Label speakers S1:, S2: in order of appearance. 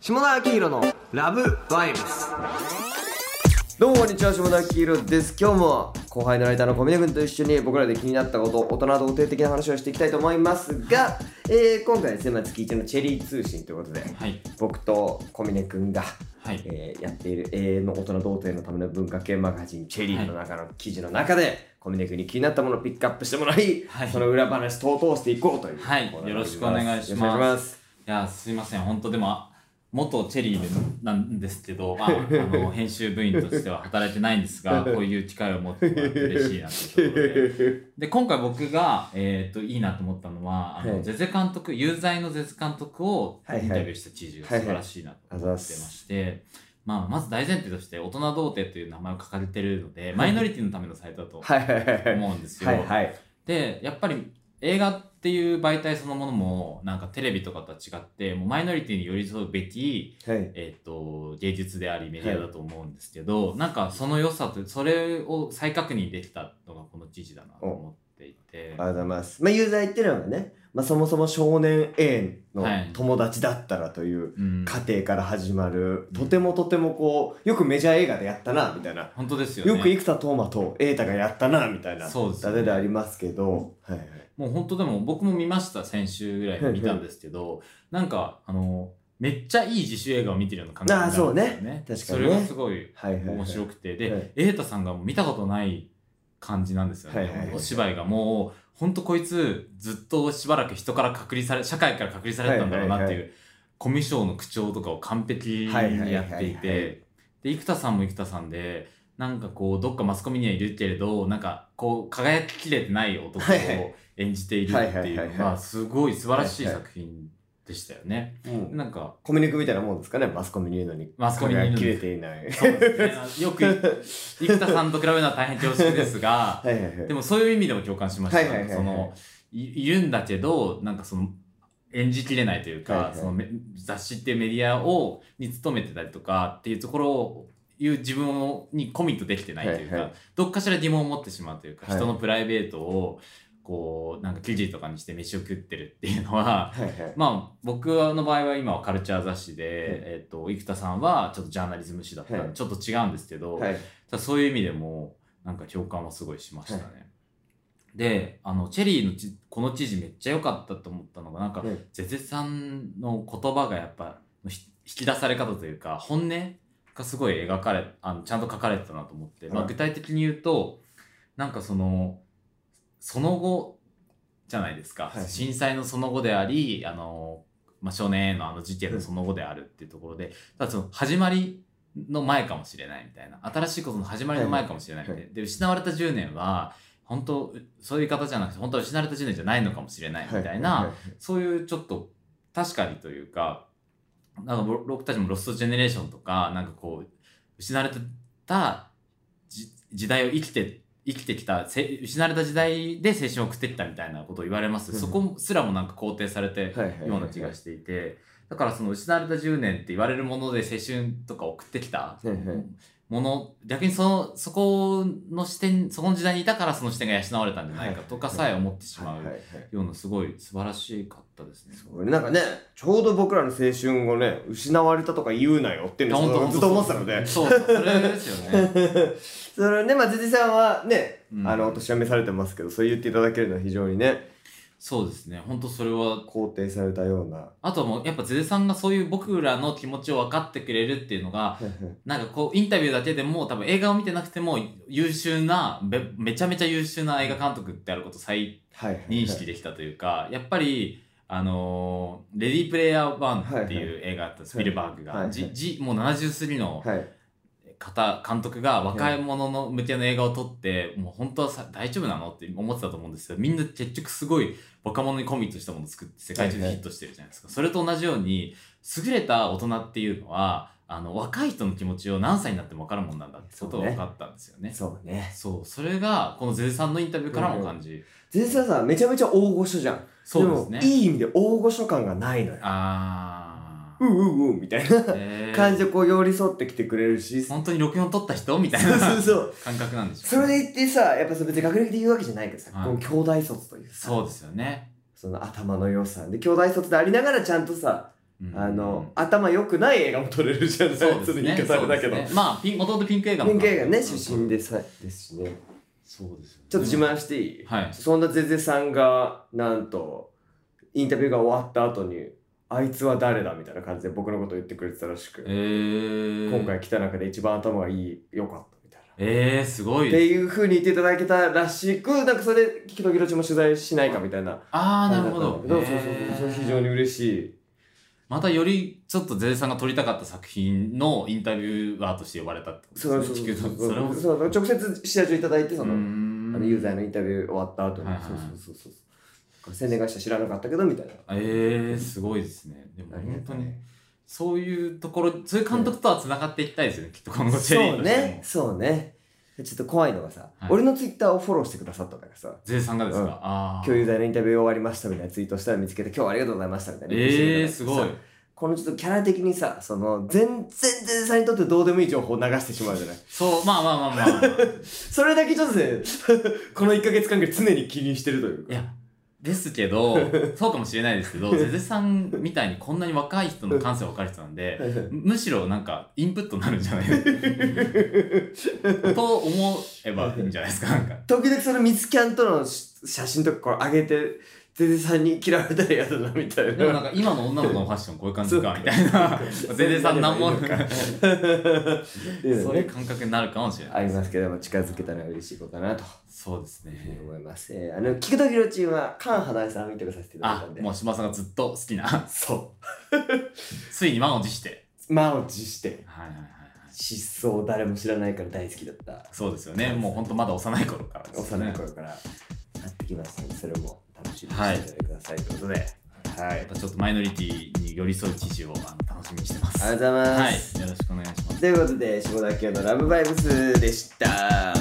S1: 下田明宏のラブバイブス
S2: どうもこんにちは、下田黄色です。今日も後輩のライターの小峰君と一緒に僕らで気になったこと、大人の固定的な話をしていきたいと思いますが、えー、今回ですね、まあ月一のチェリー通信ということで、
S3: はい。
S2: 僕と小峰君が、
S3: はい。
S2: えーやっている永遠の大人童貞のための文化系マガジンチェリーの中の記事の中で、小峰君に気になったものをピックアップしてもらい、
S3: はい
S2: その裏話等々していこうというコ
S3: はい
S2: ーナーでございます。
S3: よろしくお願いします
S2: よろくお願いしま す。
S3: いや、すいません。本当でも、あ元チェリーでなんですけ ど、まあ、あの、編集部員としては働いてないんですが、こういう機会を持ってもらって嬉しいなというところで。で、今回僕が、えっと、いいなと思ったのは、あ
S2: は
S3: の、
S2: い
S3: ゼゼ監督、有罪のゼゼ監督をイ
S2: はいはい
S3: ンタビューした記事が素晴らしいなと思ってまして、まあ、まず大前提として、大人童貞という名前を書かれてるので、マイノリティのためのサイトだと
S2: はいはいはいはい。
S3: 思うんですよ。
S2: はいはい。
S3: でやっぱり映画っていう媒体そのものもなんかテレビとかとは違ってもうマイノリティに寄り添うべき、
S2: はい。
S3: えっと芸術でありメディアだと思うんですけど、なんかその良さとそれを再確認できたのがこの記事だなと思っていて
S2: ありがとうございます。まあ、有罪っていうのはね、まあ、そもそも少年 A の
S3: はい
S2: 友達だったらという
S3: うん
S2: 過程から始まる、とてもとてもこう、よくメジャー映画でやったな、みたいな。
S3: 本当ですよね
S2: よく生田斗真と瑛太がやったな、みたいな。
S3: そうですよね
S2: 誰でありますけど。はいはい。
S3: もう本当でも僕も見ました先週ぐらいに見たんですけどなんかあのめっちゃいい自主映画を見てるような感じになるんですよね
S2: あーそうね確かにね
S3: それがすごい
S2: はいはい、はい。
S3: 面白くて、で、
S2: はい
S3: 瑛太さんがもう見たことない感じなんですよね、
S2: はいはいはい
S3: お芝居がもうほんとこいつずっとしばらく人から隔離され社会から隔離されてたんだろうなっていう、
S2: はいは
S3: コミュ障の口調とかを完璧にやってい
S2: はいはいはいは
S3: てで生田さんも生田さんでなんかこうどっかマスコミにはいるけれどなんかこう輝ききれてない男を
S2: はいはい
S3: 演じているってい
S2: はいうはいは
S3: の
S2: いは
S3: が
S2: い
S3: すごい素晴らしい
S2: はいはい
S3: 作品でしたよね。
S2: うん
S3: なんか
S2: コミュニクみたいなもんですかね、マスコミに言うのに。
S3: マスコミに言うのに
S2: 切れていない。
S3: そうですねよく生田さんと比べるのは大変恐縮ですが
S2: はいはいはい。
S3: でもそういう意味でも共感しました。
S2: はいはいはいはい
S3: そのいいるんだけどなんかその演じきれないというか、
S2: はいはい
S3: そのめ雑誌っていうメディアをに勤めてたりとかっていうところをいう自分をにコミットできてないというか、
S2: はいはい
S3: どっかしら疑問を持ってしまうというか、
S2: はい
S3: 人のプライベートをこうなんか記事とかにして飯を食ってるっていうのは。
S2: はいはい。
S3: まあ、僕の場合は今はカルチャー雑誌で、
S2: はい
S3: えっと生田さんはちょっとジャーナリズム誌だったん
S2: は
S3: で
S2: い
S3: ちょっと違うんですけど、
S2: はい。
S3: ただそういう意味でもなんか共感はすごいしましたね。であのチェリーのちこの記事めっちゃ良かったと思ったのがなんか、
S2: はい
S3: ゼゼさんの言葉がやっぱひ引き出され方というか本音がすごい描かれあのちゃんと書かれてたなと思って、ま
S2: は
S3: あ、
S2: い
S3: 具体的に言うとなんかそのその後じゃないですか、
S2: はい
S3: 震災のその後でありあの、まあ、少年 A のあの事件のその後であるっていうところで、ただその始まりの前かもしれないみたいな新しいことの始まりの前かもしれないみたいな、
S2: は
S3: で失われた10年は本当うそういう言い方じゃなくて本当は失われた10年じゃないのかもしれないみたいな、
S2: はは
S3: そういうちょっと確かにというかなんかぼ僕たちもロストジェネレーションとかなんかこう失われたじ時代を生きて生きてきたせ失われた時代で青春を送ってきたみたいなことを言われます、
S2: うん
S3: そこすらもなんか肯定されて
S2: はいはいはい
S3: ような気がしていて、だからその失われた10年って言われるもので青春とか送ってきた
S2: いはい
S3: もの逆にそのそこの視点そこの時代にいたからその視点が養われたんじゃないかとかさえ思ってしま
S2: はいは
S3: う
S2: いはい。
S3: ようなすごい素晴らしかったですね。
S2: そうなんかね、ちょうど僕らの青春をね、失われたとか言うなよっていうの
S3: 本
S2: を
S3: 当
S2: ずっと思ってたので、
S3: そう、それですよね。
S2: それね、まあ、辻さんはね、
S3: うん
S2: あの、お年を召されてますけど、そう言っていただけるのは非常にね、
S3: そうですね。本当それは。
S2: 肯定されたような。
S3: あとはもう、やっぱゼゼさんがそういう僕らの気持ちを分かってくれるっていうのが、なんかこう、インタビューだけでも、多分映画を見てなくても優秀な、めめちゃめちゃ優秀な映画監督ってあることを再
S2: はいはい。
S3: 認識できたというか、やっぱり、あのーレディープレイヤー1っていう映画だったスピルバーグ
S2: はいは
S3: が、
S2: い
S3: じじもう70過ぎの、
S2: はい。
S3: 方監督が若い者の向けの映画を撮って、もう本当はさ大丈夫なのって思ってたと思うんですけどみんな結局すごい若者にコミットしたものを作って世界中でヒットしてるじゃないですか、それと同じように優れた大人っていうのはあの若い人の気持ちを何歳になっても分かるもんなんだってことが分かったんですよね。
S2: そうね。
S3: そうそれがこのゼゼさんのインタビューからも感じ、
S2: 辻さんさ、めちゃめちゃ大御所じゃん。
S3: そうですね。
S2: も、いい意味で大御所感がないのよ。
S3: あ
S2: う
S3: ー、
S2: んうんうん、みたいな
S3: えー
S2: 感じでこう寄り添ってきてくれるし、
S3: 本当に録音撮った人みたい
S2: そう
S3: な
S2: そうそう。
S3: 感覚なんでし
S2: そ
S3: ょう
S2: れ
S3: ね。
S2: で言ってさ、やっぱそれ別に学歴で言うわけじゃないけどさ、
S3: はい
S2: この兄弟卒というさ
S3: そうですよね。
S2: その頭の良さで兄弟卒でありながらちゃんとさ
S3: うん
S2: あの、頭良くない映画も撮れるじゃない
S3: そうです
S2: の
S3: ね。
S2: 言い方あれだけど。
S3: そうですねまあ、ピン、もともとピンク映画も。
S2: 文系映画ね、出
S3: そう
S2: 身でさですしね。
S3: そうですよね
S2: ちょっと自慢していい、
S3: はい。
S2: そんなゼゼさんが、なんと、インタビューが終わった後に、あいつは誰だみたいな感じで僕のこと言ってくれてたらしく、
S3: えー。
S2: 今回。来た中で一番頭がいい、良かったみたいな。
S3: えー、すごい
S2: っ
S3: です
S2: ていう風に言っていただけたらしく、なんかそれで、キキのギロチも取材しないかみたいな。
S3: ああ、なるほど。
S2: そうそうそう
S3: へー。
S2: それ非常に嬉しい。
S3: またより、ちょっとゼゼさんが撮りたかった作品のインタビューアーとして呼ばれたってことです
S2: そ
S3: ね
S2: うそうそう
S3: 地球のそれも。
S2: そうそう直接試合中いただいてその、
S3: あ
S2: あのユーザーのインタビュー終わった後に、
S3: はいはい
S2: そうそうそうそう宣伝会社知らなかったけどみたいな
S3: えー、すごいですね。でも本当
S2: ありがたい
S3: に
S2: ね、
S3: そういうところ、そういう監督とは繋がっていきたいですよね、きっと今後チェリー
S2: そ
S3: と
S2: う
S3: しても
S2: ね。そうねちょっと怖いのがさ、
S3: はい
S2: 俺のツイッターをフォローしてくださったからさ
S3: ゼゼさんがですか、
S2: うん
S3: ああ。
S2: 今日ユーザーのインタビュー終わりましたみたいなツイートしたら見つけて今日はありがとうございましたみたいな
S3: えー、すごい
S2: さ。このちょっとキャラ的にさその全然全然にとってどうでもいい情報を流してしまうじゃない
S3: そう、まあまあまあまあ。
S2: それだけちょっとね この1か月間ぐらい常に気にしてるという
S3: い
S2: か
S3: や、です けど、そうかもしれないですけど、ゼゼさんみたいにこんなに若い人の感性わかる人なんで、 むしろなんかインプットになるんじゃないと思えばいいんじゃないですか、なんか。
S2: 時々そのミスキャンとの写真とかこれ上げて全然さんに嫌われたら嫌だなみたいな
S3: で もなんか今の女の子のファッションこういう感じか、みたいな。ゼゼさんなんも、
S2: そうか
S3: そ
S2: っていうの
S3: ういう
S2: ね
S3: 感覚になるかもしれない。
S2: ありますけども近づけたら嬉しいことだなと
S3: そうですね。
S2: 思います、えー、あの聞くときろちんはカン花江さんを見てさせていただいた
S3: あ
S2: ん、で
S3: もう島さんがずっと好きな、
S2: そ
S3: ついに満を持して。
S2: う満を持して
S3: はいはいはいはい。
S2: 失踪を誰も知らないから大好きだった
S3: そうですよね。もうほんとまだ幼い頃からですよ
S2: 幼
S3: ね。
S2: い頃からなってきましたのでそれも楽しみにしていただいてください、ということではいあり
S3: またちょっとマイノリティに寄り添う記事をあの楽しみにしてます。
S2: がとうございます、
S3: はい、よろしくお願いします。
S2: ということで下田家のラブバイブスでした